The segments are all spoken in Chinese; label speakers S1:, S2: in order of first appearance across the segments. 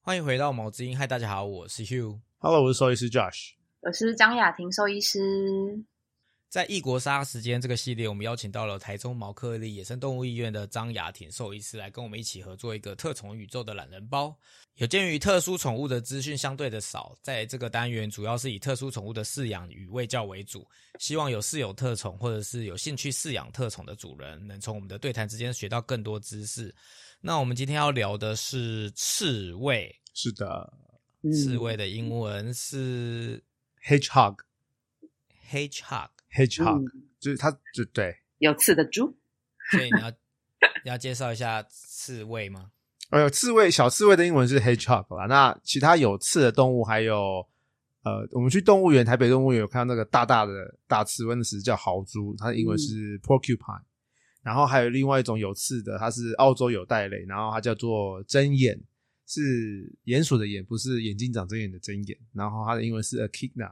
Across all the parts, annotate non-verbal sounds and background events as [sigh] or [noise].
S1: 欢迎回到毛之音，嗨，大家好，我是 Hugh。
S2: Hello，我是兽医师 Josh。
S3: 我是张雅婷兽医师。
S1: 在异国杀时间这个系列，我们邀请到了台中毛克利野生动物医院的张雅婷兽医师来跟我们一起合作一个特宠宇宙的懒人包。有鉴于特殊宠物的资讯相对的少，在这个单元主要是以特殊宠物的饲养与喂教为主，希望有饲有特宠或者是有兴趣饲养特宠的主人，能从我们的对谈之间学到更多知识。那我们今天要聊的是刺猬，
S2: 是的
S3: 嗯
S1: 刺猬的英文是
S2: ，Hedgehog，Hedgehog，
S3: 嗯，
S2: 就是它，就对，
S3: 有刺的猪，
S1: 所以你要你要介绍一下刺猬吗？
S2: 呃，刺猬小刺猬的英文是 Hedgehog 啦。那其他有刺的动物还有，呃，我们去动物园，台北动物园有看到那个大大的大刺猬，那是叫豪猪，它的英文是 Porcupine。然后还有另外一种有刺的，它是澳洲有袋类，然后它叫做针眼，是鼹鼠的眼，不是眼睛长针眼的针眼。然后它的英文是 Echidna。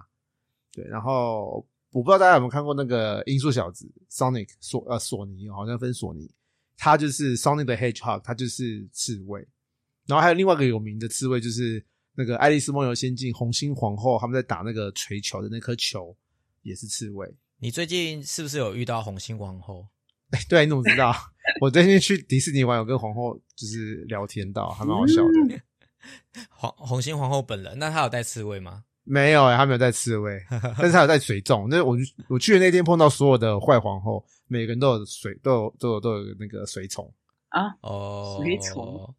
S2: 对，然后我不知道大家有没有看过那个《音速小子》Sonic 索呃索尼，好像分索尼，它就是 Sonic 的 Hedgehog，它就是刺猬。然后还有另外一个有名的刺猬，就是那个《爱丽丝梦游仙境》红心皇后他们在打那个锤球的那颗球，也是刺猬。 [laughs]
S1: 你最近是不是有遇到红心皇后？
S2: 对，你怎么知道？我最近去迪士尼玩，有跟皇后就是聊天到，还蛮好笑
S3: 嗯
S2: 的。
S1: 红红心皇后本人，那她有带刺猬吗？
S2: 没有、欸，他没有带刺猬，但是他有带水粽。那我去我去的那天碰到所有的坏皇后，每个人都有水，都有都有都有那个水桶。
S1: 哦，
S3: 水虫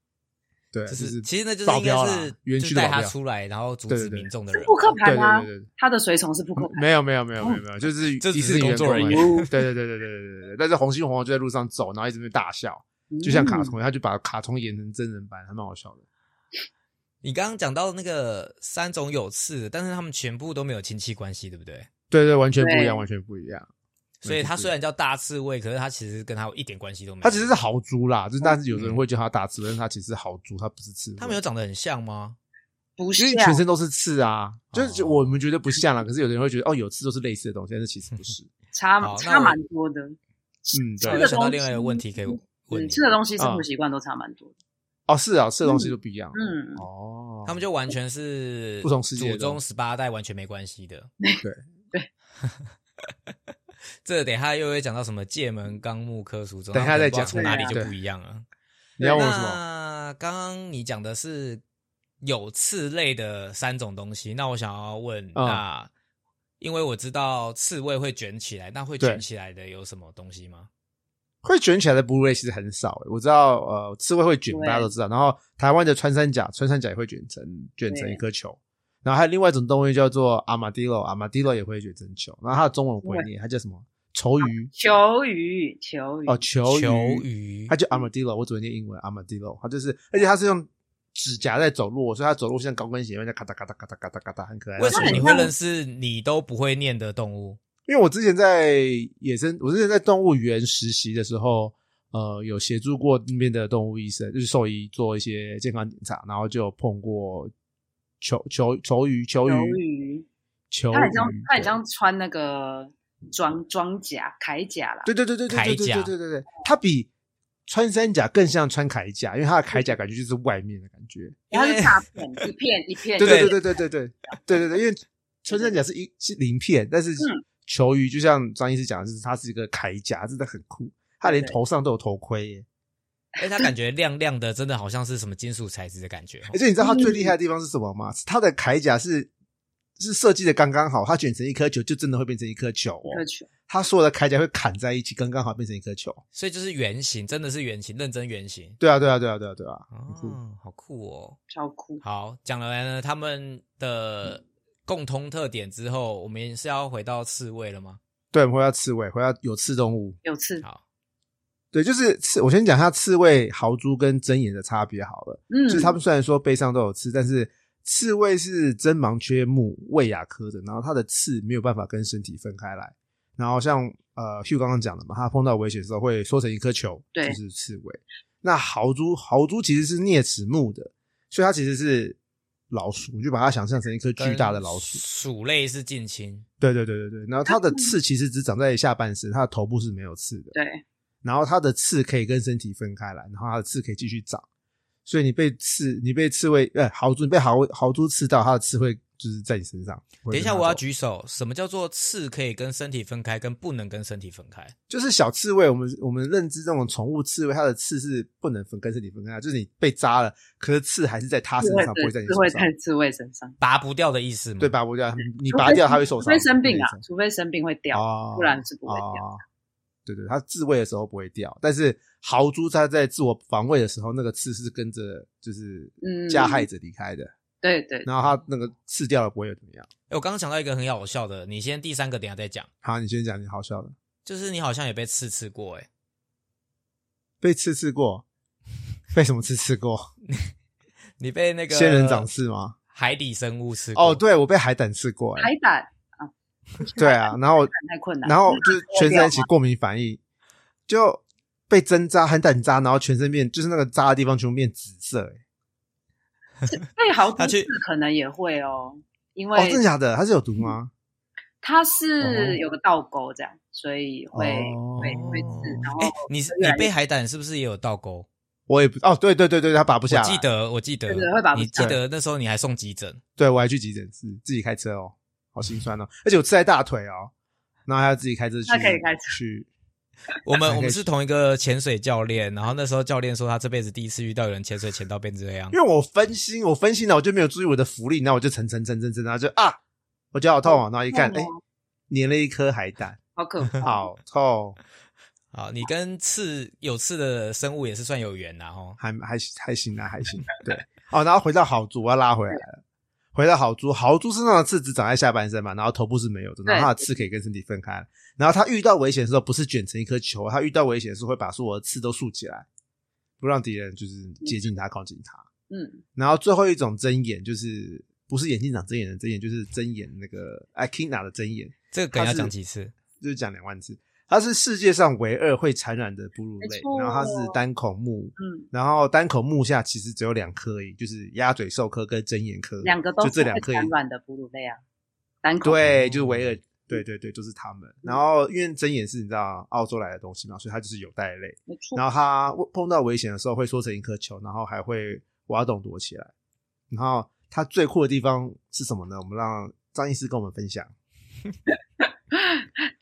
S2: 对，
S1: 就
S2: 就是是
S1: 其实那就是
S2: 保
S1: 应该
S2: 镖啦
S1: 是
S2: 园
S1: 就是
S2: 区的
S1: 带
S2: 保
S1: 他
S2: 镖。
S1: 出来，然后阻
S2: 对
S1: 止
S2: 对对
S1: 民众的
S3: 是
S1: 人。
S3: 扑克牌吗
S2: 对对对对？嗯
S3: 它的随从是扑克牌，
S2: 没有没有没有没有没有，就是
S1: 这只
S2: 迪
S1: 是
S2: 士尼
S1: 工
S2: 员
S1: 作
S2: 工
S1: 人
S2: 而已
S1: 员
S2: 对对对对对对对对。但是红心皇后就在路上走，然后一直被大笑，
S3: 嗯
S2: 就像卡通，他就把卡通演成真人版，还蛮好笑的。
S1: 你刚刚讲到那个三种有刺的，但是他们全部都没有亲戚关系，对不对？
S2: 对对，完全不一
S3: 对
S2: 样，完全不一样。
S1: 所以它
S2: 没错
S1: 虽然叫大刺猬，可是它其实跟它一点关系都没有。
S2: 它只是是豪猪啦，就是但是有的人会叫它大刺猬，但是它其实是豪猪，它不是刺猬。
S1: 它没有长得很像吗？
S3: 不
S2: 因
S3: 是
S2: 为
S3: 啊
S2: 全身都是刺啊，就
S1: 哦
S2: 是我们觉得不像啦，可是有的人会觉得哦，有刺都是类似的东西，但是其实不 [laughs] 是。
S3: 差
S1: 好那
S3: 差
S1: 我
S3: 蛮多的。
S2: 嗯，
S1: 那
S3: 这
S1: 我又
S2: 对
S3: 个的，
S1: 想到
S3: 东
S1: 另外一个问题可以问
S3: 嗯，
S1: 你，
S3: 吃的东西、生活习惯都差蛮多的。
S2: 哦是啊，刺的东西都不一样。
S3: 嗯，
S2: 哦，
S1: 他们就完全是
S2: 不同世界的
S1: 祖宗十八代完全没关系的。
S2: 对
S3: 对，
S1: [laughs] 这等一下又会讲到什么界门纲目科属种，
S2: 等一下再讲
S1: 他们不知道从哪里
S2: 对
S1: 就
S2: 啊
S1: 不一样了。
S2: 你要问我什么？
S1: 那刚刚你讲的是有刺类的三种东西，那我想要问，
S2: 嗯
S1: 那因为我知道刺猬会卷起来，那会
S2: 对
S1: 卷起来的有什么东西吗？
S2: 会卷起来的部位其实很少、欸，我知道，呃，刺猬会卷，
S3: 对
S2: 大家都知道。然后台湾的穿山甲，穿山甲也会卷成卷成一颗球。然后还有另外一种动物叫做阿马迪罗，阿马迪罗也会卷成球。然后它的中文我不会念，它叫什么？球鱼
S3: 球鱼，球鱼
S2: 哦，球
S1: 啊球
S2: 鱼，
S1: 鱼
S2: 它，叫 armadillo，我只会念英文 armadillo，它就是，而且它是用指甲在走路，所以它走路像高跟鞋一样，在咔哒咔哒咔哒咔哒咔哒，很可爱。
S1: 为什么
S3: 它
S1: 你
S3: 很
S1: 会
S3: 像
S1: 认识你都不会念的动物？
S2: 因为我之前在野生，我之前在动物园实习的时候，呃，有协助过那边的动物医生，就是兽医做一些健康检查，然后就有碰过球球球鱼、球
S3: 球
S2: 鱼、
S3: 鱼，
S2: 球鱼，
S3: 它很像它很
S2: 对
S3: 像穿那个装装甲铠甲啦。
S2: 对对对对对对
S1: 铠
S2: 对
S1: 甲
S2: 对对对对，它比穿山甲更像穿铠甲，因为它的铠甲感觉就是外面的感觉。
S1: 因
S3: 它
S1: 为
S3: 是大片一片一片。
S2: 对对
S1: 对
S2: 对对对对对对对对，因为穿山甲是一是鳞片，但是
S3: 嗯
S2: 球鱼就像张医师讲的，就是它是一个铠甲，真的很酷，它连
S3: 对
S2: 头上都有头盔耶。
S1: 哎，它感觉亮亮的，真的好像是什么金属材质的感觉哦。
S2: 而且你知道它最厉害的地方是什么吗？它的铠甲是是设计的刚刚好，它卷成一颗球就真的会变成一颗球哦
S3: 一。个球，
S2: 它所有的铠甲会砍在一起，刚刚好变成一颗球。
S1: 所以就是圆形，真的是圆形，认真圆形。
S2: 对啊，对啊，对啊，对啊，对啊。酷
S1: 哦，好酷哦！
S3: 超酷。
S1: 好，讲完了他们的共通特点之后，我们是要回到刺猬了吗？
S2: 对，我们回到刺猬，回到有刺动物。
S3: 有刺，
S1: 好，
S2: 对，就是刺。我先讲一下刺猬、豪猪跟针眼的差别好了。
S3: 嗯，
S2: 就是它们虽然说背上都有刺，但是刺猬是真盲缺目胃亚科的，然后它的刺没有办法跟身体分开来。然后像呃 Hugh 刚刚讲的嘛，它碰到危险的时候会缩成一颗球，
S3: 对
S2: 就是刺猬。那豪猪，豪猪其实是啮齿目的，所以它其实是老鼠，你就把它想象成一颗巨大的老鼠
S1: 跟。鼠类是近亲，
S2: 对对对对对，然后它的刺其实只长在下半身，它的头部是没有刺的。
S3: 对，
S2: 然后它的刺可以跟身体分开来，然后它的刺可以继续长。所以你被刺，你被刺猬，呃，豪猪，你被豪豪猪刺到，它的刺会就是在你身上。
S1: 等一
S2: 会被拿
S1: 下，
S2: 走
S1: 我要举手。什么叫做刺可以跟身体分开，跟不能跟身体分开？
S2: 就是小刺猬，我们我们认知这种宠物刺猬，它的刺是不能分跟身体分开的，就是你被扎了，可是刺还是在它身
S3: 刺猬
S2: 上，不会在你
S3: 刺猬
S2: 身上
S3: 在，刺猬身上，
S1: 拔不掉的意思吗？
S2: 对？拔不掉，你拔掉它会受
S3: 除
S2: 伤，嗯
S3: 非生病啊
S2: 那一，种
S3: 除非生病会掉，
S2: 哦，
S3: 不然是不会掉。
S2: 哦对对，它自卫的时候不会掉，但是豪猪它在自我防卫的时候，那个刺是跟着就是
S3: 嗯
S2: 加害者离开的，
S3: 对对，
S2: 然后它那个刺掉了不会有怎么样。
S1: 哎我刚刚想到一个很好笑的，你先第三个，等一下再讲。
S2: 好，你先讲你好笑的，
S1: 就是你好像也被刺刺过、欸，诶，
S2: 被刺刺过，被什么刺刺过？
S1: 你被那个
S2: 仙人掌刺吗？
S1: 海底生物刺过。
S2: 哦，，对，我被海胆刺过、哎，
S3: 海胆
S2: 对啊，然后
S3: 太困难，
S2: 然后就是全身起过敏反应，就被针扎、海胆扎，然后全身变就是那个扎的地方全部变紫色、哎
S3: 被豪
S2: [laughs]
S3: 猪
S1: 他去
S3: 刺可能也会哦，因
S2: 哦，真的
S3: 为
S2: 假的？它是有毒吗？
S3: 它
S2: 哦
S3: 是有个倒钩这样，所以会
S2: 哦
S3: 会会刺，然后
S1: 哎、你是你
S3: 哦越来越
S1: 被海胆是不是也有倒钩？
S2: 我也不哦，对对对对，它拔不
S1: 我
S2: 下来。
S1: 记，得，我记得，
S3: 对对会拔不
S1: 你记
S3: 下来
S1: 得那时候你还送急诊，
S2: 对我还去急诊室自己开车哦，好心酸哦，而且我刺在大腿哦，然后还要自己开车去
S3: 那可以开车
S2: 去。 [laughs]
S1: 我们
S2: 还可以
S1: 我们是同一个潜水教练，然后那时候教练说他这辈子第一次遇到有人潜水潜到变这样
S2: [laughs] 因，为我分心，我分心了，我就没有注意我的浮力，然后我就蹭蹭蹭蹭蹭，然后就啊，我脚好痛哦，然后一看，
S3: 痛
S2: 哎、
S3: 哦
S2: 粘了一颗海胆，
S3: 好可怕。
S2: 哎好痛，
S1: 好，你跟刺有刺的生物也是算有缘呐、吼。
S2: 还还还行啊，还行，对，哦，然后回到好猪，我要拉回来了。回到豪猪，豪猪身上的刺只长在下半身嘛，然后头部是没有的，然后它的刺可以跟身体分开。然后它遇到危险的时候，不是卷成一颗球，它遇到危险的时候会把所有的刺都竖起来，不让敌人就是接近它、靠近它。
S3: 嗯，
S2: 然后最后一种睁眼就是不是眼镜长睁眼的睁眼，就是睁眼那个 Akina 的睁眼，
S1: 这个梗要
S2: 它是
S1: 讲几次？
S2: 就是讲两万次。它是世界上唯二会产卵的哺乳类
S3: 没，错哦
S2: 然后它是单孔目，
S3: 嗯，
S2: 然后单孔目下其实只有两科而已，就是鸭嘴兽科跟针眼科，
S3: 两个都
S2: 就这
S3: 是
S2: 两
S3: 会
S2: 科而已
S3: 产卵的哺乳类啊，单口
S2: 对，就是唯
S3: 嗯
S2: 二，对对对，就是他们。然后因为针眼是你知道澳洲来的东西嘛，所以它就是有袋类。
S3: 没错
S2: 然后它碰到危险的时候会缩成一颗球，然后还会挖洞躲起来。然后它最酷的地方是什么呢？我们让张医师跟我们分享。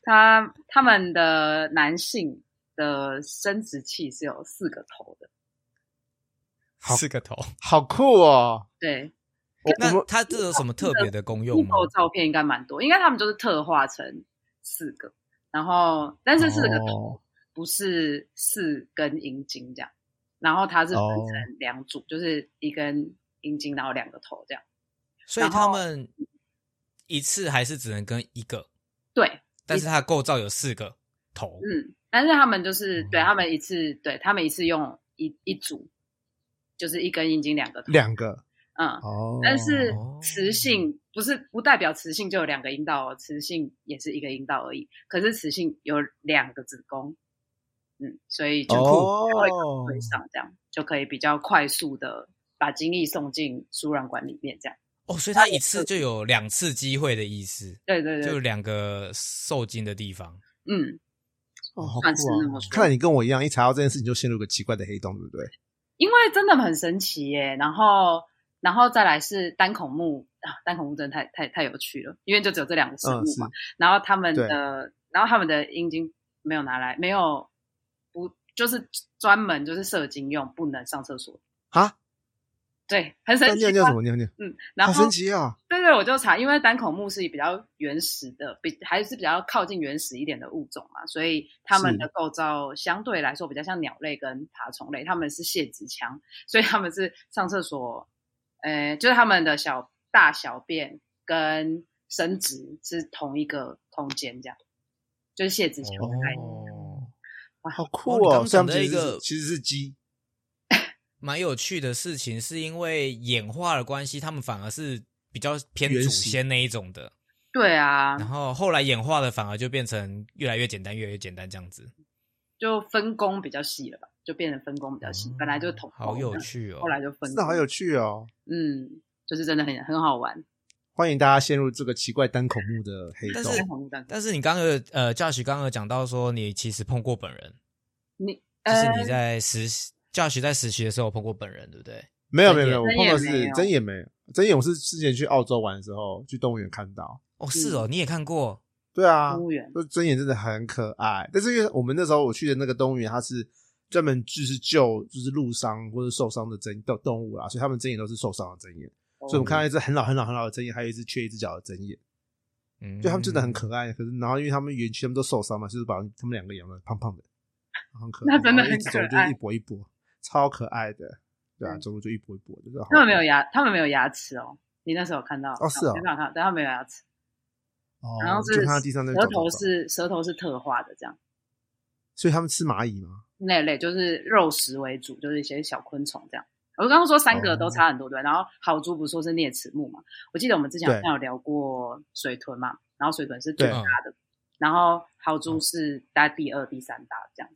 S3: 他他们的男性的生殖器是有四个头的，
S2: 好
S1: 四个头。
S2: 好酷哦！
S3: 对，
S2: 我我
S1: 那
S2: 们
S1: 它这有什么特别的功用吗？
S3: Google 照片应该蛮多，应该他们就是特化成四个，然后但是四个头
S1: 哦
S3: 不是四根阴茎这样，然后它是分
S2: 哦
S3: 成两组，就是一根阴茎，然后两个头这样。
S1: 所以他们一次还是只能跟一个，
S3: 对，
S1: 但是它的构造有四个头。
S3: 嗯，但是他们就是
S1: 哦
S3: 对他们一次，对他们一次用一一组，就是一根阴茎两个头，
S2: 两个
S3: 嗯，
S2: 哦，
S3: 但是
S1: 哦
S3: 雌性不是不代表雌性就有两个阴道哦，雌性也是一个阴道而已。可是雌性有两个子宫，嗯，所以就
S2: 哦
S3: 会会上这样，就可以比较快速的把精液送进输卵管里面，这样。
S1: 哦，所以它一次就有两次机会的意思，
S3: 对对
S1: 就有
S3: 对，
S1: 两个受精的地方。
S3: 嗯，
S2: 哦，好酷
S3: 算是那么
S2: 哦！
S3: 说
S2: 看来你跟我一样，一查到这件事情就陷入个奇怪的黑洞，对不对？
S3: 因为真的很神奇耶。然后，然后再来是单孔目啊，单孔目真的太太太有趣了，因为就只有这两个生
S2: 嗯，
S3: 物
S2: 是
S3: 嘛。然后他们
S2: 对
S3: 的，然后他们的阴茎没有拿来，没有不就是专门就是射精用，不能上厕所。
S2: 啊。
S3: 对，很
S2: 那
S3: 神奇
S2: 尿。尿什
S3: 么？
S2: 么尿尿？
S3: 嗯，然
S2: 好
S3: 后
S2: 神奇啊！
S3: 对对，我就查，因为单孔目是比较原始的，比还是比较靠近原始一点的物种嘛，所以它们
S2: 是
S3: 的构造相对来说比较像鸟类跟爬虫类，它们是泄殖腔，所以它们是上厕所，呃，就是它们的小大小便跟生殖是同一个空间，这样就是泄殖腔的概念。
S1: 哦，
S2: 好酷
S1: 哇你刚
S2: 哦！
S1: 刚
S2: 所以
S1: 讲
S2: 他们
S1: 的一
S2: 其实是
S1: 个
S2: 其实是鸡，
S1: 蛮有趣的事情，是因为演化的关系，他们反而是比较偏
S2: 原
S1: 祖
S2: 始
S1: 先那一种的，
S3: 对啊，
S1: 然后后来演化的反而就变成越来越简单，越来越简单这样子。
S3: 就分工比较细了吧，就变成分工比较细，本来就是同
S1: 好
S3: 胞
S1: 有
S3: 嘛，
S1: 趣哦。
S3: 后来就分
S2: 真的
S3: 工，
S2: 好有趣哦！
S3: 嗯，就是真的很很好玩，
S2: 欢迎大家陷入这个奇怪单孔目的黑
S1: 但
S2: 洞
S1: 是。
S3: 单孔目单孔
S1: 但是你刚刚有呃，Josh 刚刚有讲到说你其实碰过本人，
S3: 你
S1: 就是
S3: 呃
S1: 你在实习 Josh 在实习的时候碰过本人，对不对？
S2: 没有
S1: 真
S2: 没有没
S1: 眼
S2: 有，我碰到
S3: 真眼没
S2: 是
S3: 有
S2: 真眼没有，真眼我是之前去澳洲玩的时候去动物园看到。
S1: 哦，是
S3: 嗯
S1: 哦，你也看过
S2: 对啊，
S3: 动物园
S2: 就真眼真的很可爱，但是因为我们那时候我去的那个动物园，它是专门就是救就是路伤或者受伤的真动动物啦，所以他们真眼都是受伤的真眼，所以我们看
S3: 哦
S2: 到一只很老很老很老的真眼，还有一只缺一只脚的真眼，
S1: 嗯，
S2: 就他们真的很可爱。可是然后因为他们园区他们都受伤嘛，就是把他们两个养的胖胖的，很可爱，
S3: 那真的
S2: 然后一
S3: 很
S2: 直
S3: 可
S2: 走就
S3: 爱
S2: 一跛一跛，超可爱的，对啊，
S3: 嗯
S2: 走路就一跛一跛，就是好
S3: 他们没有
S2: 可爱
S3: 牙，他们没有牙齿哦。你那时候有看到
S2: 哦是哦
S3: 没办法看到，但他们没有牙齿，
S2: 哦，
S3: 然后
S2: 就是看到地上在
S3: 舌
S2: 长
S3: 头
S2: 草，
S3: 是舌头是特化的这样。
S2: 所以他们吃蚂蚁吗？
S3: 那一类就是肉食为主，就是一些小昆虫这样。我刚刚说三
S2: 哦
S3: 个都差很多对吧，然后好猪不是说是啮齿目嘛，我记得我们之前好
S2: 对
S3: 像有聊过水豚嘛，然后水豚是最
S2: 对嗯
S3: 大的，然后好猪是大概第二、第三大这样。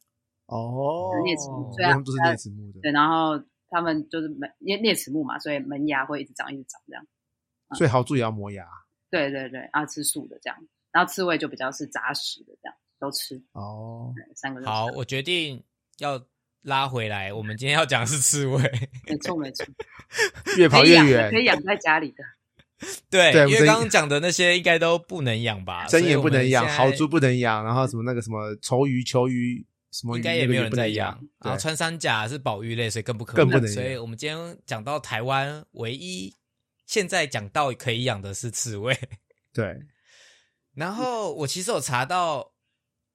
S2: 哦，
S1: 是
S3: 啮齿目
S2: 因为
S3: 呃所以它
S2: 他们都是啮齿目的，
S3: 啊对，然后他们就是门因为啮齿目嘛，所以门牙会一直长一直长这样。
S2: 所以豪猪也要磨牙。
S3: 对对对，啊，吃素的这样，然后刺猬就比较是杂食的这样，都吃。
S2: 哦，
S3: 对三个都吃 [laughs]
S1: 好，，我决定要拉回来。我们今天要讲的是刺猬，
S3: 没错没错，
S2: 越跑
S3: 可以
S2: 越
S3: 养
S2: 远
S3: 可，以养在家里的。
S1: 对，
S2: 对
S1: 因
S2: 所
S1: 为
S2: 以
S1: 刚刚讲的那些应该都不能养吧？
S2: 真
S1: 啊所以
S2: 眼
S1: 我
S2: 不
S1: 们
S2: 能养，
S1: 现在
S2: 豪猪不能养，然后什么那个什么丑鱼、球鱼什么鱼，
S1: 应该也没有人在
S2: 养
S1: 养。。啊然后
S2: 对，
S1: 穿山甲是保育类，所以更不可
S2: 更不能
S1: 所以我们今天讲到台湾唯一现在讲到可以养的是刺猬。 [laughs]
S2: 对，
S1: 然后我其实有查到，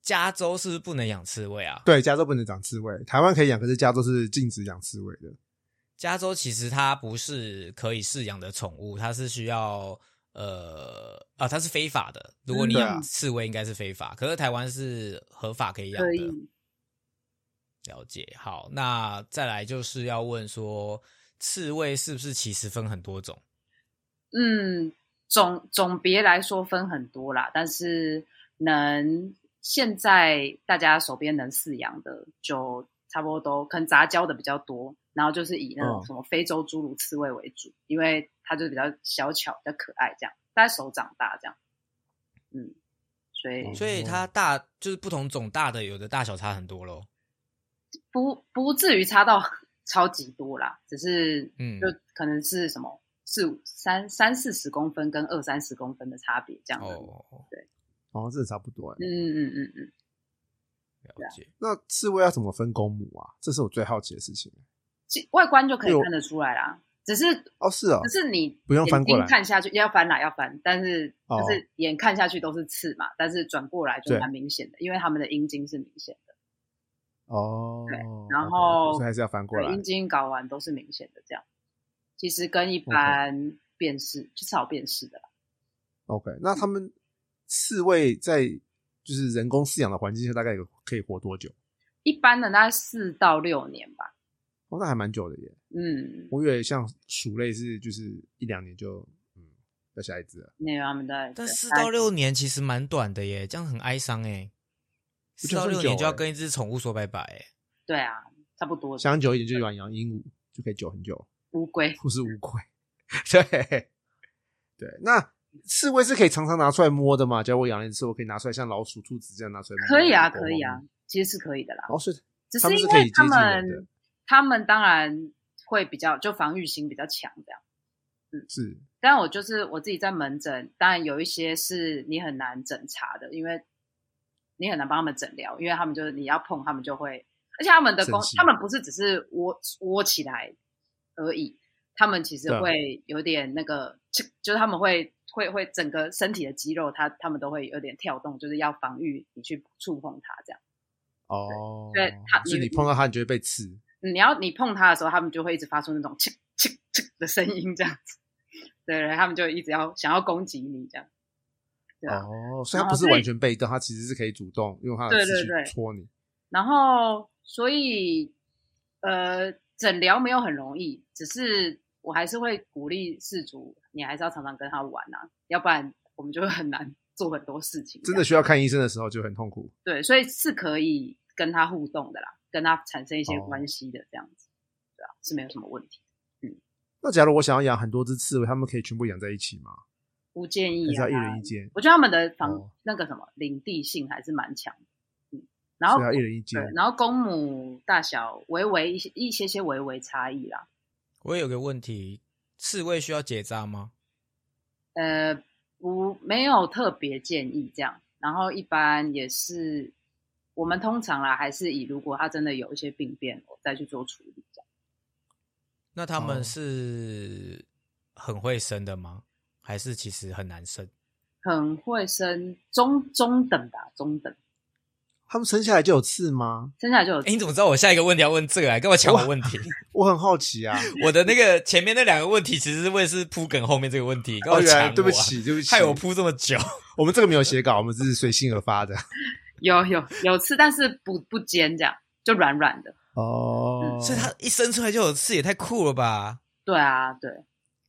S1: 加州是不是不能养刺猬啊？
S2: 对，加州不能长刺猬，台湾可以养，可是加州是禁止养刺猬的。
S1: 加州其实它不是可以饲养的宠物，它是需要呃啊，它是非法的。如果你
S2: 嗯对啊
S1: 养刺猬，应该是非法，可是台湾是合法可以养
S3: 可
S1: 的。
S3: 以，
S1: 了解，好，那再来就是要问说，刺猬是不是其实分很多种？
S3: 嗯，总总别来说分很多啦，但是能现在大家手边能饲养的就差不多都，可能杂交的比较多，然后就是以那种
S2: 嗯
S3: 什么非洲侏儒刺猬为主，因为它就是比较小巧、比较可爱这样，大概手掌大这样，嗯，所以
S2: 哦
S1: 所以它大就是不同种大的，有的大小差很多咯。
S3: 不不至于差到 [laughs] 超级多啦，只是
S1: 嗯
S3: 就可能是什么四五三三四十公分跟二三十公分的差别这样的，
S1: 哦，
S2: 哦，这差不多欸。
S3: 嗯嗯嗯嗯。
S1: 了解。
S2: 那刺猬要怎么分公母啊？这是我最好奇的事情。
S3: 其外观就可以
S2: 有
S3: 看得出来啦。只是
S2: 哦，是哦
S3: 只，是你
S2: 不用翻过来
S3: 眼睛看下去要翻啦，要翻，但是
S2: 哦
S3: 就是眼看下去都是刺嘛，但是转过来就
S2: 对
S3: 蛮明显的，因为他们的阴茎是明显的，
S2: 哦
S3: 对，
S2: OK，
S3: 然后
S2: 所以还是要翻过
S3: 对
S2: 来
S3: 阴。茎睾丸都是明显的这样。其实跟一般辨识就是好辨识的啦，
S2: OK，那他们刺猬在就是人工饲养的环境下，大概有可以活多久？
S3: 一般的大概四到六年吧。
S2: 哦，那还蛮久的耶。
S3: 嗯，
S2: 我以为像鼠类是就是一两年就嗯要下一只了，
S3: 那个他们在
S1: 但
S3: 对
S1: 四
S3: 大概
S1: 到六年其实蛮短的耶，这样很哀伤哎。
S2: 不
S1: 四
S2: 就
S1: 到
S2: 很
S1: 六
S2: 久
S1: 年就要
S2: 欸
S1: 跟一只宠物说拜拜哎。
S3: 对啊，差不多。
S2: 想久一点就喜欢养鹦鹉，就可以久很久，
S3: 乌龟
S2: 或是乌龟。 [laughs] 对对，那刺猬是可以常常拿出来摸的嘛？假如我养了一只刺猬，我可以拿出来像老鼠、兔子这样拿出来摸。
S3: 可以啊，
S2: 狗
S3: 可以啊
S2: 猫。，
S3: 其实是可以的啦。
S2: 哦，是
S3: 只
S2: 他
S3: 是
S2: 们是
S3: 因
S2: 可以
S3: 为他
S2: 接近人的
S3: 们他们当然会比较就防御心比较强这样。
S2: 是
S3: 但我就是我自己在门诊，当然有一些是你很难诊查的，因为你很难帮他们诊疗，因为他们就是你要碰他们就会，而且他们的
S2: 生
S3: 工
S2: 气
S3: 他们不是只是窝窝起来而已，他们其实
S2: 对啊
S3: 会有点那个，就就是他们会会会整个身体的肌肉，他他们都会有点跳动，就是要防御你去触碰它这样。
S2: 哦，
S3: 对对它
S2: 所以你碰到它，你就会被刺。
S3: 你要你碰它的时候，他们就会一直发出那种“切切切”的声音，这样子。对，他们就一直要想要攻击你这样。对啊，
S2: 哦，所以它
S3: 然后
S2: 不是
S3: 所以
S2: 完全被动，它其实是可以主动用它的
S3: 对
S2: 刺
S3: 对对
S2: 去戳你。
S3: 然后所以呃，诊疗没有很容易，只是我还是会鼓励事主，你还是要常常跟他玩啊，要不然我们就会很难做很多事情。
S2: 真的需要看医生的时候就很痛苦。
S3: 对，所以是可以跟他互动的啦，跟他产生一些
S2: 哦
S3: 关系的这样子，对啊，是没有什么问题，
S2: 那假如我想要养很多只刺猬，它们可以全部养在一起吗？
S3: 不建议
S2: 还是要
S3: 啊
S2: 一人一间？
S3: 我觉得他们的防、
S2: 哦
S3: 那个什么领地性还是蛮强的，嗯，然后
S2: 啊所以要一人一斤
S3: 对，然后公母大小微微一些一些些微微差异啦。
S1: 我有个问题，刺猬需要结扎吗？
S3: 呃，不没有特别建议这样。然后一般也是我们通常啦，还是以如果它真的有一些病变，我再去做处理这样。
S1: 那他们
S2: 哦
S1: 是很会生的吗？还是其实很难生？
S3: 很会生中中等吧，中等，
S2: 他们生下来就有刺吗？
S3: 生下来就有
S1: 哎、你怎么知道我下一个问题要问这个、啊？干嘛抢我
S2: 哇
S1: 问题？
S2: 我很好奇啊。
S1: [laughs] 我的那个前面那两个问题，其实是为是铺梗后面这个问题。干嘛
S2: 哦，原
S1: 抢我
S2: 来
S1: 啊
S2: 对不，起，对不
S1: [laughs]
S2: 起，
S1: 害我铺这么久。
S2: 我们这个没有写稿，我们只是随性而
S1: [laughs]
S2: 发的。
S3: 有有有刺，但是不不尖这样，就软软的。
S2: 哦，
S1: 嗯所以它一生出来就有刺，也太酷了吧！
S3: 对啊，对，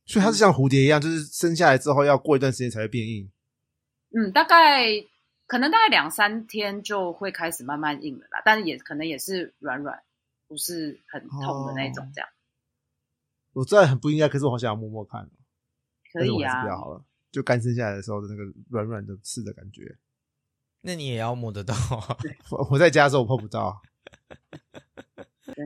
S2: 所以它是像蝴蝶一样，就是生下来之后要过一段时间才会变硬。
S3: 嗯，大概可能大概两三天就会开始慢慢硬了啦，但是也可能也是软软，不是很痛的那
S2: 哦
S3: 种，这样、
S2: 我知道很不应该，可是我好想要摸摸看，哦
S3: 可
S2: 但是我
S3: 以
S2: 还是
S3: 啊
S2: 比。较好了。就刚生下来的时候的那个软软的刺的感觉，
S1: 那你也要摸得到啊， [laughs]
S2: 我 [laughs] 我在家的时候我碰不到啊
S3: 对。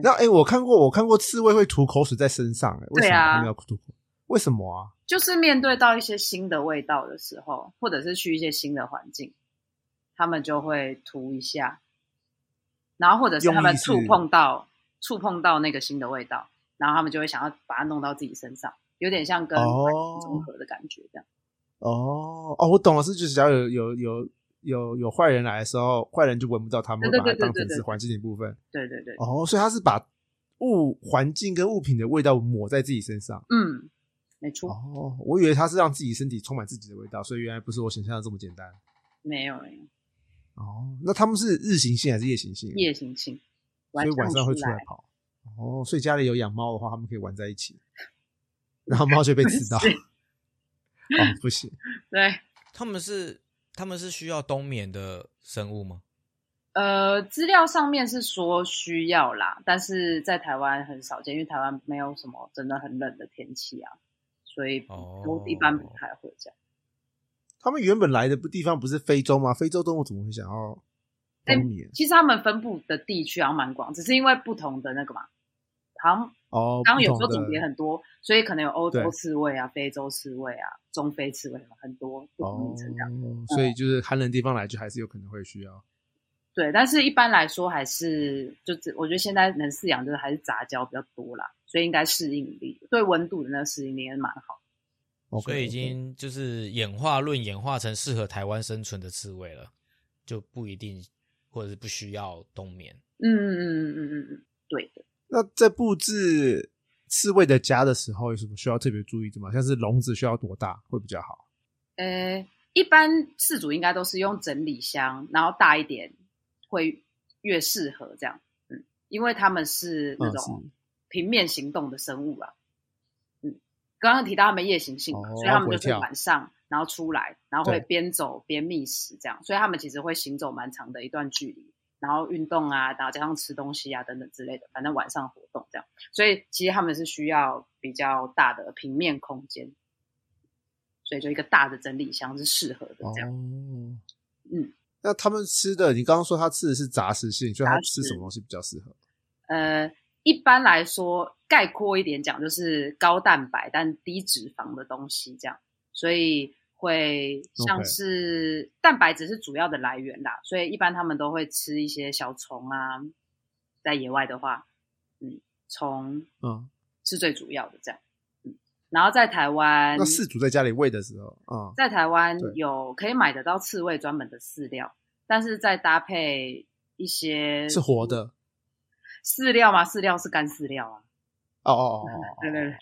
S2: [laughs] 那哎、诶我看过，我看过刺猬会吐口水在身上、诶为什
S3: 对
S2: 么
S3: 啊
S2: 他们要吐口？为什么啊？
S3: 就是面对到一些新的味道的时候，或者是去一些新的环境，他们就会涂一下，然后或者是他
S2: 用
S3: 们
S2: 意是
S3: 触碰到触碰到那个新的味道，然后他们就会想要把它弄到自己身上，有点像跟
S2: 哦
S3: 环境中和的感觉这样。
S2: 哦哦，我懂了，是就是只要有有有有有坏人来的时候，坏人就闻不到他们，
S3: 对
S2: 会把
S3: 对
S2: 它
S3: 对对
S2: 当成
S3: 对
S2: 是
S3: 对
S2: 环境的一部分。
S3: 对对对，
S2: 哦，所以他是把物环境跟物品的味道抹在自己身上。
S3: 嗯，没错，
S2: 哦，我以为他是让自己身体充满自己的味道，所以原来不是我想象的这么简单。
S3: 没有没有
S2: 哦，那他们是日行性还是夜行性啊？
S3: 夜行性，
S2: 所以晚上会出
S3: 来
S2: 来。跑。哦，所以家里有养猫的话，他们可以玩在一起，然后猫就被吃到。
S3: [laughs] 是
S2: 哦，不行，
S3: 对，
S1: 他们是他们是需要冬眠的生物吗？
S3: 呃，资料上面是说需要啦，但是在台湾很少见，因为台湾没有什么真的很冷的天气啊，所以
S1: 哦
S3: 都一般不太会这样。
S2: 他们原本来的不地方不是非洲吗？非洲动物怎么会想要
S3: 哎
S2: 冬眠？
S3: 其实他们分布的地区好像蛮广，只是因为不同的那个嘛，好像
S2: 哦，
S3: 刚刚有
S2: 不
S3: 说
S2: 同的
S3: 种别很多，所以可能有欧洲
S2: 对
S3: 刺猬啊、非洲刺猬啊、中非刺猬很多不同名称这样。嗯
S2: 哦，所以就是寒冷地方来，就还是有可能会需要。
S3: 对，但是一般来说还是就只我觉得现在能饲养就是还是杂交比较多啦，所以应该适应力对温度的那个适应力也蛮好的。
S2: OK，
S1: 所以已经就是演化论演化成适合台湾生存的刺猬了，就不一定或者是不需要冬眠。
S3: 嗯嗯嗯嗯嗯嗯，对的。
S2: 那在布置刺猬的家的时候，有什么需要特别注意的吗？像是笼子需要多大会比较好？
S3: 呃，一般饲主应该都是用整理箱，然后大一点会越适合这样。嗯，因为他们是那
S2: 嗯
S3: 种平面行动的生物啊。嗯，刚刚提到他们夜行性嘛，
S2: 哦
S3: 所以他们就
S2: 回
S3: 是
S2: 跳
S3: 晚上然后出来，然后会
S2: 对
S3: 边走边觅食这样，所以他们其实会行走蛮长的一段距离。然后运动啊，然后加上吃东西啊等等之类的，反正晚上活动这样，所以其实他们是需要比较大的平面空间，所以就一个大的整理箱是适合的
S2: 哦
S3: 这样。，嗯，
S2: 那他们吃的，你刚刚说他吃的是杂食性，所以他
S3: 杂食
S2: 吃什么东西比较适合？
S3: 呃，一般来说，概括一点讲，就是高蛋白但低脂肪的东西这样，所以会像
S2: OK
S3: 是蛋白质是主要的来源啦，所以一般他们都会吃一些小虫啊，在野外的话，嗯，虫
S2: 嗯，
S3: 是最主要的这样。嗯，然后在台湾，
S2: 那饲主在家里喂的时候，啊、
S3: 在台湾
S2: 对
S3: 有可以买得到刺猬专门的饲料，但是再搭配一些
S2: 是活的。
S3: 饲料吗？饲料是干饲料啊，
S2: 哦哦哦哦，哦
S3: 对对对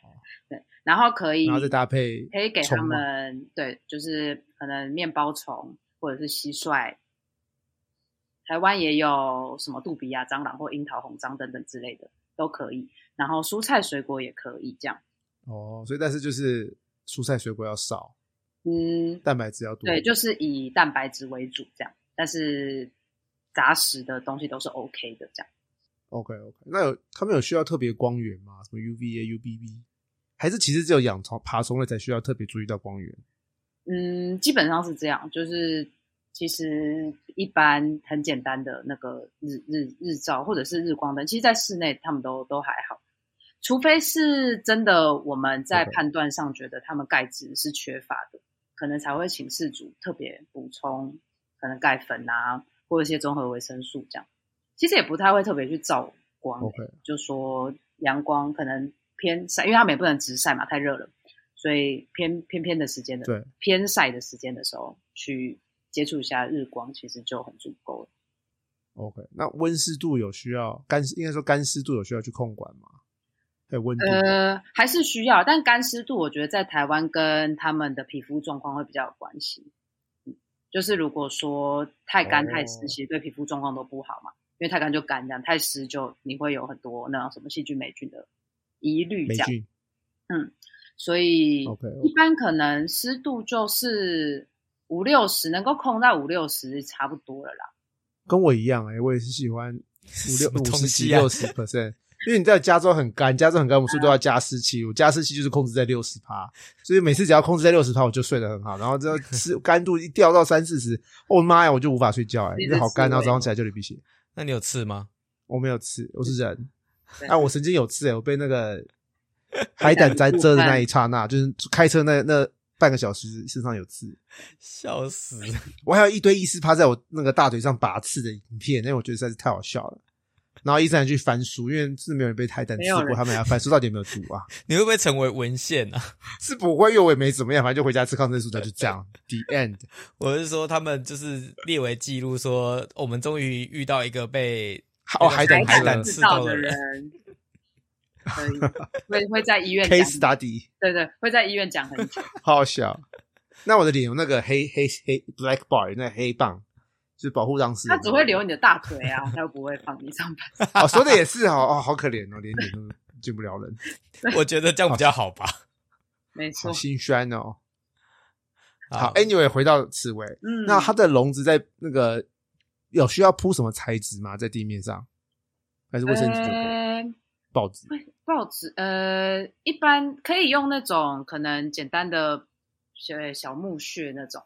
S3: [laughs] 对，然后可以
S2: 然后再搭配
S3: 可以给他
S2: 虫吗
S3: 们对，就是可能面包虫或者是蟋蟀。台湾也有什么杜比亚蟑螂或樱桃红蟑等等之类的都可以，然后蔬菜水果也可以这样。
S2: 哦，所以但是就是蔬菜水果要少，
S3: 嗯，
S2: 蛋白质要多。
S3: 对，就是以蛋白质为主这样，但是杂食的东西都是 OK 的这样。
S2: OK OK，那有他们有需要特别光源吗？什么 UVA、UVB，还是其实只有养虫爬虫类才需要特别注意到光源？
S3: 嗯，基本上是这样，就是其实一般很简单的那个日日日照或者是日光灯，其实在室内他们都都还好，除非是真的我们在
S2: OK
S3: 判断上觉得他们钙质是缺乏的，可能才会请事主特别补充可能钙粉啊或一些综合维生素这样。其实也不太会特别去照光、欸
S2: OK
S3: 就说阳光可能偏晒，因为他们也不能直晒嘛，太热了，所以偏偏偏的时间的
S2: 对
S3: 偏晒的时间的时候去接触一下日光，其实就很足够了。
S2: OK，那温湿度有需要干，应该说干湿度有需要去控管吗？还有温度，
S3: 呃，还是需要，但干湿度我觉得在台湾跟他们的皮肤状况会比较有关系。嗯就是如果说太干
S2: 哦
S3: 太湿，其实对皮肤状况都不好嘛，因为太干就干这样，太湿就你会有很多那种什么细菌霉菌的疑虑
S2: 霉
S3: 这样。
S2: 菌
S3: 所以
S2: OK，
S3: 一般可能湿度就是五六十，能够控到五六十差不多了啦。
S2: 跟我一样哎、我也是喜
S1: [laughs]
S2: 欢五
S1: 什
S2: 六
S1: 么
S2: 五
S1: 东
S2: 十几
S1: 西啊
S2: 六十 percent，因为你知道加州很干，加州很干，我们是不是都要加湿器，我加湿器就是控制在六十趴，所以每次只要控制在六十趴，我就睡得很好。然后之后湿干度一掉到三四十，我妈呀，我就无法睡觉哎、
S3: 你
S2: 因
S3: 的
S2: 为好干，
S3: 思维
S2: 然后
S1: 哦
S2: 早上起来就流鼻血。
S1: 那你有刺吗？
S2: 我没有吃，我是人。
S3: 对
S2: 啊，我曾经有吃、欸，我被
S1: [laughs]
S2: 那个海胆在蛰的那一刹那，就是开车那那半个小时，身上有刺。
S1: 笑死！
S2: 我还有一堆医师趴在我那个大腿上拔刺的影片，因为我觉得实在是太好笑了。然后医生还去翻书，因为真的没有人被海胆
S3: 没
S2: 刺
S3: 有
S2: 过，
S3: 人
S2: 他们还要翻书到底有没有毒啊？ [laughs]
S1: 你会不会成为文献啊？
S2: 是不会，因为我也没怎么样，反正就回家吃抗生素，那就这样。The end。
S1: 我是说，他们就是列为记录说，哦我们终于遇到一个
S2: [laughs]
S1: 被
S2: 哦，海胆
S1: 海
S2: 刺
S1: 胆
S2: 了
S1: 刺
S3: 知
S1: 到
S3: 道
S1: 的
S3: 的
S1: 人
S2: [laughs]
S3: 人，可以会会在医院讲，
S2: case study，
S3: 对对，会在医院讲很久。
S2: 好好笑。那我的脸有那个黑黑黑 black bar，那个黑棒，就是保护当事人。
S3: 他只会留你的大腿啊，他又不会放你上班。
S2: 哦，说的也是哦，哦，好可怜哦，连脸都见不
S3: [laughs]
S2: 了人，
S1: 我觉得这样比较好吧。
S3: 没
S2: 好
S3: 错，
S2: 心酸哦。好哎
S1: 好，
S2: ，Anyway，回到刺猬，
S3: 嗯，
S2: 那它的笼子在那个有需要铺什么材质吗？在地面上还是卫生纸就可以？
S3: 呃
S2: 报纸
S3: 报纸，呃，一般可以用那种可能简单的小小木屑那种，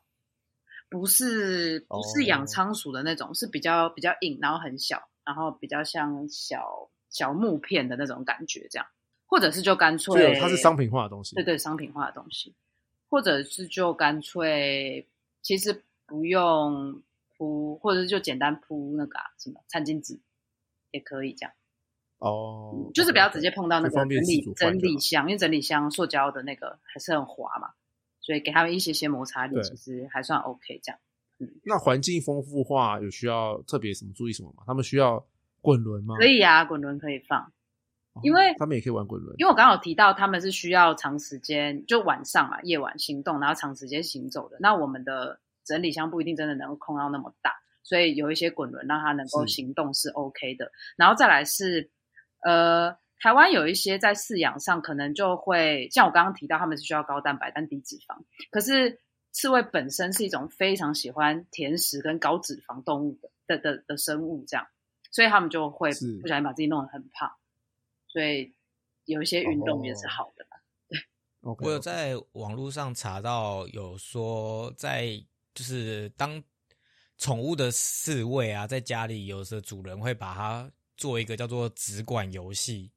S3: 不是不是
S2: 哦
S3: 养仓鼠的那种，是比较比较硬，然后很小，然后比较像小小木片的那种感觉，这样，或者是就干
S2: 所以
S3: 脆
S2: 有它是商品化的东西。
S3: 对对，商品化的东西，或者是就干脆其实不用铺，或者是就简单铺那个、啊、什么餐巾纸也可以这样，
S2: 哦，
S3: 嗯就是不要直接碰到那
S2: 就
S3: 个
S2: 方
S3: 整
S2: 便自
S3: 理
S2: 主换
S3: 整
S2: 就好
S3: 理箱，因为整理箱塑胶的那个还是很滑嘛，所以给他们一些些摩擦力，
S2: 对嗯
S3: 其实还算 OK 这样。
S2: 那环境丰富化有需要特别什么注意什么吗？他们需要滚轮吗？
S3: 可以啊，滚轮可以放，
S2: 哦，
S3: 因为
S2: 他们也可以玩滚轮。
S3: 因为我刚好提到他们是需要长时间，就晚上嘛，夜晚行动，然后长时间行走的。那我们的整理箱不一定真的能够空到那么大，所以有一些滚轮让它能够
S2: 是
S3: 行动是 OK 的。然后再来是，呃，台湾有一些在饲养上可能就会像我刚刚提到，他们是需要高蛋白但低脂肪，可是刺猬本身是一种非常喜欢甜食跟高脂肪动物的的的的生物，这样，所以他们就会
S2: 是
S3: 不小心把自己弄得很胖，所以有一些运动也是好的嘛。
S2: OK，
S1: 我有在网络上查到有说，在就是当宠物的饲喂啊，在家里有时主人会把它做一个叫做直管游戏，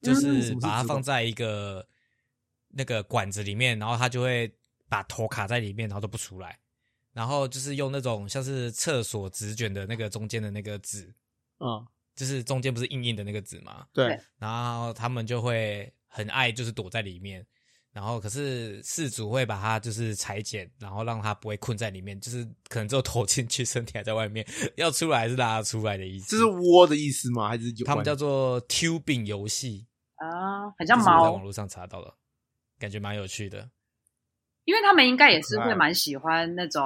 S1: 就
S3: 嗯
S1: 是
S2: 啊什么是
S1: 把它
S2: 直管
S1: 放在一个那个管子里面，然后它就会把头卡在里面，然后都不出来。然后就是用那种像是厕所纸卷的那个中间的那个纸，
S2: 嗯，
S1: 就是中间不是硬硬的那个纸吗？
S2: 对
S3: 对，
S1: 然后他们就会很爱，就是躲在里面。然后可是事主会把它就是裁剪，然后让它不会困在里面，就是可能只有头进去，身体还在外面，要出来还是拉得出来的意思。
S2: 这是窝的意思吗？还是有
S1: 他们叫
S2: 玩
S1: 做 tubing 游戏，
S3: 啊，
S1: 这
S3: 很像
S1: 是我在网
S3: 猫，
S1: 络上查到的，感觉蛮有趣的。
S3: 因为他们应该也是
S2: 很可
S3: 会
S2: 爱
S3: 蛮喜欢那种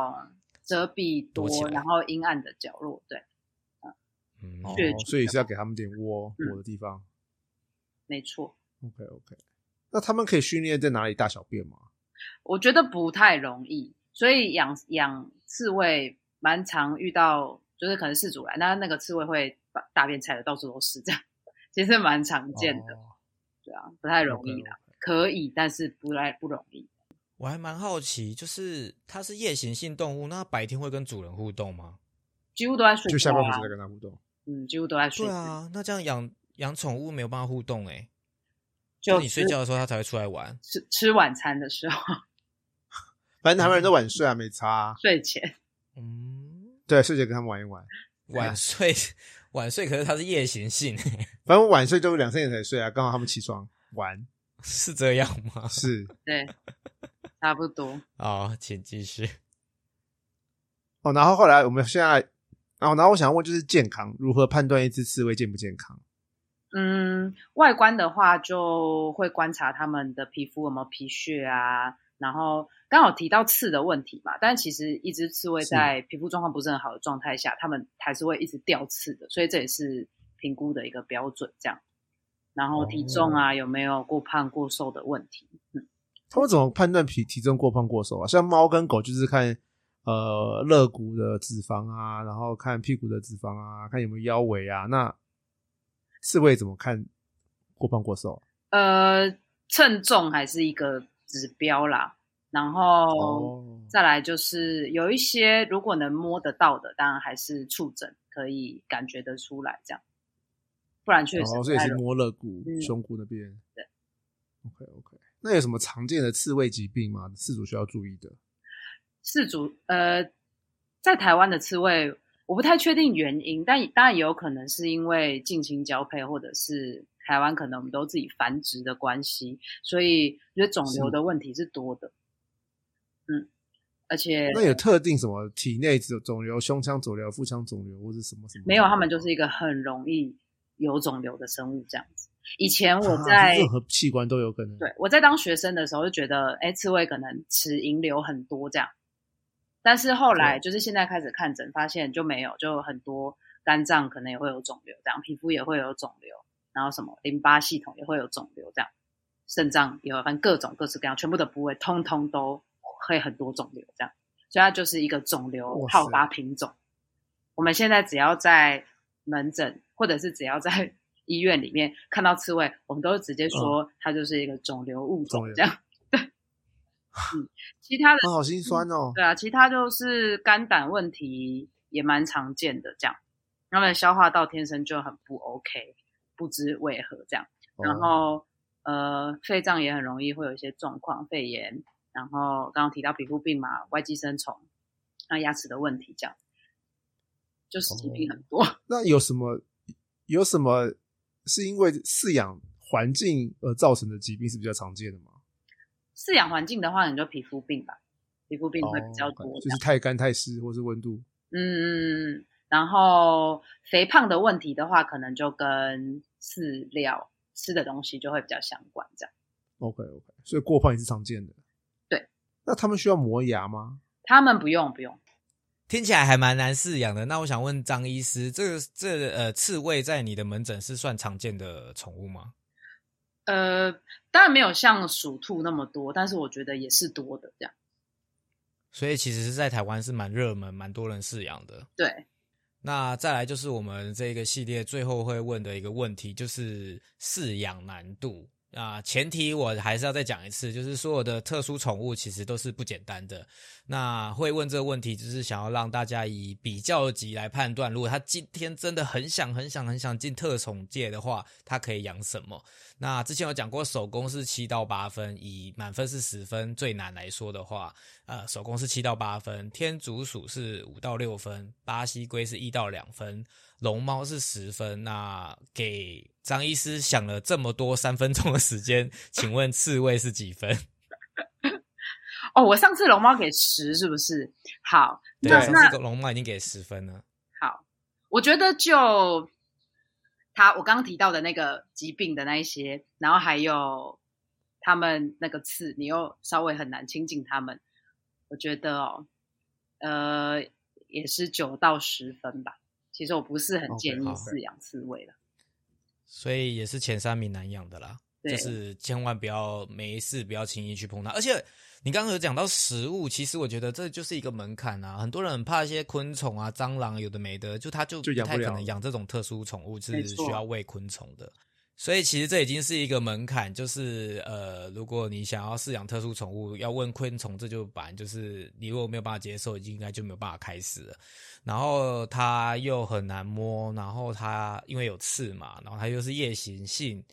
S3: 遮蔽
S1: 躲起
S3: 多
S1: 来
S3: 然后阴暗的角落，对，
S1: 嗯，
S2: 哦
S3: 血，族
S2: 所以是要给他们点窝
S3: 嗯
S2: 窝的地方。
S3: 没错。
S2: OK OK，那他们可以训练在哪里大小便吗？
S3: 我觉得不太容易，所以养养刺猬蛮常遇到，就是可能饲主来，那那个刺猬会把大便踩的到处都是，这样其实蛮常见的，
S2: 哦
S3: 对啊，不太容易
S2: OK，OK
S3: 啦。可以，但是不太不容易。
S1: 我还蛮好奇，就是它是夜行性动物，那它白天会跟主人互动吗？
S3: 几乎都在睡
S2: 就
S3: 觉
S2: 下半时
S3: 啊
S2: 在，跟他互动。
S3: 嗯，几乎都在睡
S1: 对
S3: 觉，
S1: 啊，那这样养养宠物没有办法互动哎、欸，
S3: 就
S1: 就你睡觉的时候它才会出来玩。
S3: 吃吃吃晚餐的时候
S2: 反正台湾人都晚睡啊，没差啊、
S3: 睡前，
S1: 嗯，
S2: 对，睡前跟他们玩一玩。
S1: [laughs] 晚睡晚睡，可是它是夜行性、 [laughs]
S2: 反正我晚睡就两三点才睡啊，刚好他们起床玩。
S1: 是这样吗？
S2: 是
S3: 对，差不多。
S1: 好，请继续。
S2: 哦，然后后来我们现在，哦，然后我想问就是健康如何判断一只刺猬健不健康？
S3: 嗯，外观的话就会观察他们的皮肤有没有皮屑啊，然后刚好提到刺的问题嘛，但其实一只刺猬
S2: 是
S3: 在皮肤状况不是很好的状态下，它们还是会一直掉刺的，所以这也是评估的一个标准这样。然后体重啊、有没有过胖过瘦的问题？
S2: 他们怎么判断体体重过胖过瘦啊？像猫跟狗就是看呃肋骨的脂肪啊，然后看屁股的脂肪啊，看有没有腰围啊。那刺猬怎么看过胖过瘦啊、
S3: 呃，称重还是一个指标啦，然后。
S2: 哦
S3: 再来就是有一些如果能摸得到的，当然还是触诊可以感觉得出来这样，不然确实
S2: 哦，
S3: 不
S2: 所以
S3: 太
S2: 是
S3: 容易、
S2: 摸肋骨、
S3: 嗯
S2: 胸骨那边。
S3: 对
S2: ，OK OK。那有什么常见的刺猬疾病吗？饲主需要注意的？
S3: 四足呃，在台湾的刺猬，我不太确定原因，但当然也有可能是因为近亲交配或者是。台湾可能我们都自己繁殖的关系，所以我觉得肿瘤
S2: 是
S3: 的问题是多的，嗯，而且
S2: 那有特定什么体内肿肿瘤、胸腔肿瘤、腹腔肿瘤或是什么什么？
S3: 没有，他们就是一个很容易有肿瘤的生物这样子。以
S2: [laughs]
S3: 前我
S2: 啊
S3: 在、
S2: 任何器官都有可能。
S3: 对，我在当学生的时候就觉得，哎，刺猬可能齿龈瘤很多这样，但是后来就是现在开始看诊，发现就没有，就很多肝脏可能也会有肿瘤，这样皮肤也会有肿瘤，然后什么淋巴系统也会有肿瘤，这样肾脏也有，反正各种各式各样，全部的部位通通都会很多肿瘤这样，所以它就是一个肿瘤
S2: 哇塞
S3: 好发品种。我们现在只要在门诊，或者是只要在 [laughs] 医院里面看到刺猬，我们都直接说它就是一个肿瘤物种
S2: 嗯肿瘤
S3: 这样。 [laughs]
S2: [laughs]
S3: 对，嗯，其他的
S2: 啊，好心酸哦。
S3: 对啊，其他就是肝胆问题也蛮常见的这样，他们消化道天生就很不 OK，不知为何这样，然
S2: 哦
S3: 后呃肺脏也很容易会有一些状况，肺炎，然后刚刚提到皮肤病嘛，外寄生虫，那牙齿的问题这样，就是
S2: 哦
S3: 疾病很多。
S2: 那有什么有什么是因为饲养环境而造成的疾病是比较常见的吗？
S3: 饲养环境的话，你就皮肤病吧，皮肤病会比较
S2: 哦
S3: 多这
S2: 就
S3: 样
S2: 是太干、太湿或是温度。
S3: 嗯，然后肥胖的问题的话，可能就跟饲料吃的东西就会比较相关，这样。
S2: OK OK，所以过胖也是常见的。
S3: 对，
S2: 那他们需要磨牙吗？
S3: 他们不用不用，
S1: 听起来还蛮难饲养的。那我想问张医师，这个这个呃刺猬在你的门诊是算常见的宠物吗？
S3: 呃，当然没有像鼠兔那么多，但是我觉得也是多的，这样。
S1: 所以其实是在台湾是蛮热门，蛮多人饲养的。
S3: 对，
S1: 那再来就是我们这个系列最后会问的一个问题，就是饲养难度。啊，前提我还是要再讲一次，就是所有的特殊宠物其实都是不简单的。那会问这个问题，就是想要让大家以比较级来判断，如果他今天真的很想、很想、很想进特宠界的话，他可以养什么？那之前有讲过，手工是七到八分，以满分是十分最难来说的话，呃，手工是七到八分，天竺鼠是五到六分，巴西龟是一到两分，龙猫是十分。那给张医师想了这么多三分钟的时间，请问刺猬是几分？
S3: 哦，我上次龙猫给十是不是？好，
S1: 对，啊
S3: 那
S1: 上
S3: 那
S1: 次龙猫已经给十分了。
S3: 好，我觉得就他我刚刚提到的那个疾病的那一些，然后还有他们那个刺，你又稍微很难亲近他们，我觉得哦，呃，也是九到十分吧。其实我不是很
S2: OK，
S3: 建议
S1: 好
S3: 饲养刺猬了。
S1: 所以也是前三名难养的啦。
S3: 对
S1: 就是千万不要没事不要轻易去碰它。而且你刚刚有讲到食物，其实我觉得这就是一个门槛啊。很多人很怕一些昆虫啊、蟑螂，有的没的，就他就
S2: 就
S1: 不
S2: 养不
S1: 太可
S2: 了
S1: 能养这种特殊宠物，
S3: 没
S1: 是
S3: 错
S1: 需要喂昆虫的。所以其实这已经是一个门槛，就是呃，如果你想要饲养特殊宠物，要问昆虫，这就把就是你如果没有办法接受，应该就没有办法开始了。然后它又很难摸，然后它因为有刺嘛，然后它又是夜行性，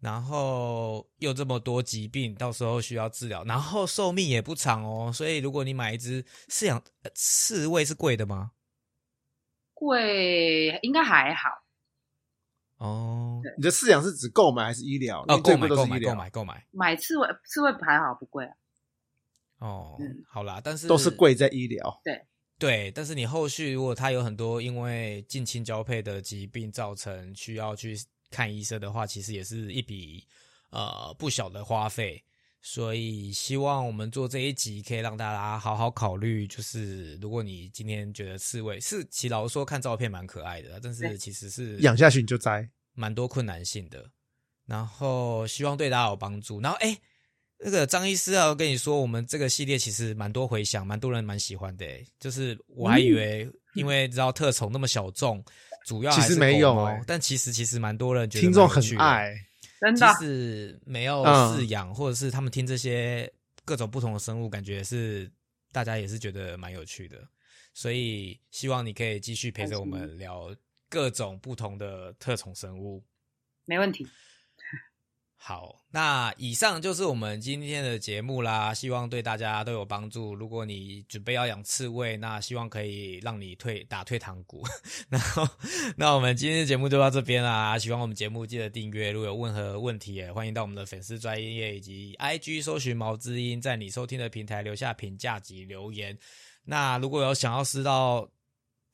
S1: 然后又这么多疾病，到时候需要治疗，然后寿命也不长哦。所以如果你买一只饲养、呃刺猬是贵的吗？
S3: 贵应该还好，
S1: 哦，
S2: 你的饲养是指购买还是医疗？
S1: 哦，
S2: 因
S1: 购买
S2: 为最贵都
S1: 购
S2: 是
S1: 买
S2: 医
S1: 购
S2: 疗，
S1: 买购买
S3: 买刺猬刺猬还好不贵啊，
S1: 哦
S3: 嗯，
S1: 好啦，但是
S2: 都是贵在医疗。
S1: 对，但是你后续如果它有很多因为近亲交配的疾病造成需要去看医生的话，其实也是一笔呃不小的花费。所以希望我们做这一集可以让大家好好考虑，就是如果你今天觉得刺猬是，其实老实说看照片蛮可爱的，但是
S3: 对
S1: 其实是
S2: 养下去你就栽，
S1: 蛮多困难性的。然后希望对大家有帮助。然后哎，那个张医师啊，我跟你说，我们这个系列其实蛮多回响，蛮多人蛮喜欢的。诶就是我还以为，因为知道特宠那么小众，主要还是
S2: 嗯其实没
S1: 狗
S2: 有
S1: 猫
S2: 诶
S1: 但其实其实蛮多人觉得
S2: 听众
S1: 蛮有
S2: 很
S1: 趣的
S2: 爱。
S3: 真
S1: 即
S3: 的。
S1: 使没有
S2: 嗯
S1: 饲养，或者是他们听这些各种不同的生物，感觉是大家也是觉得蛮有趣的。所以希望你可以继续陪着我
S3: 开
S1: 们聊各种不同的特种生物。
S3: 没问题，
S1: 好，那以上就是我们今天的节目啦，希望对大家都有帮助。如果你准备要养刺猬，那希望可以让你退打退堂鼓。 [laughs] 然后，那我们今天的节目就到这边啦。喜欢我们节目记得订阅，如果有任何问题也欢迎到我们的粉丝专业以及 IG 搜寻毛知音，在你收听的平台留下评价及留言。那如果有想要知道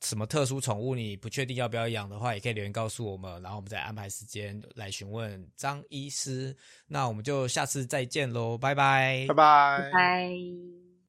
S1: 什么特殊宠物，你不确定要不要养的话，也可以留言告诉我们，然后我们再安排时间来询问张医师。那我们就下次再见喽，拜拜
S2: 拜拜。
S3: 拜。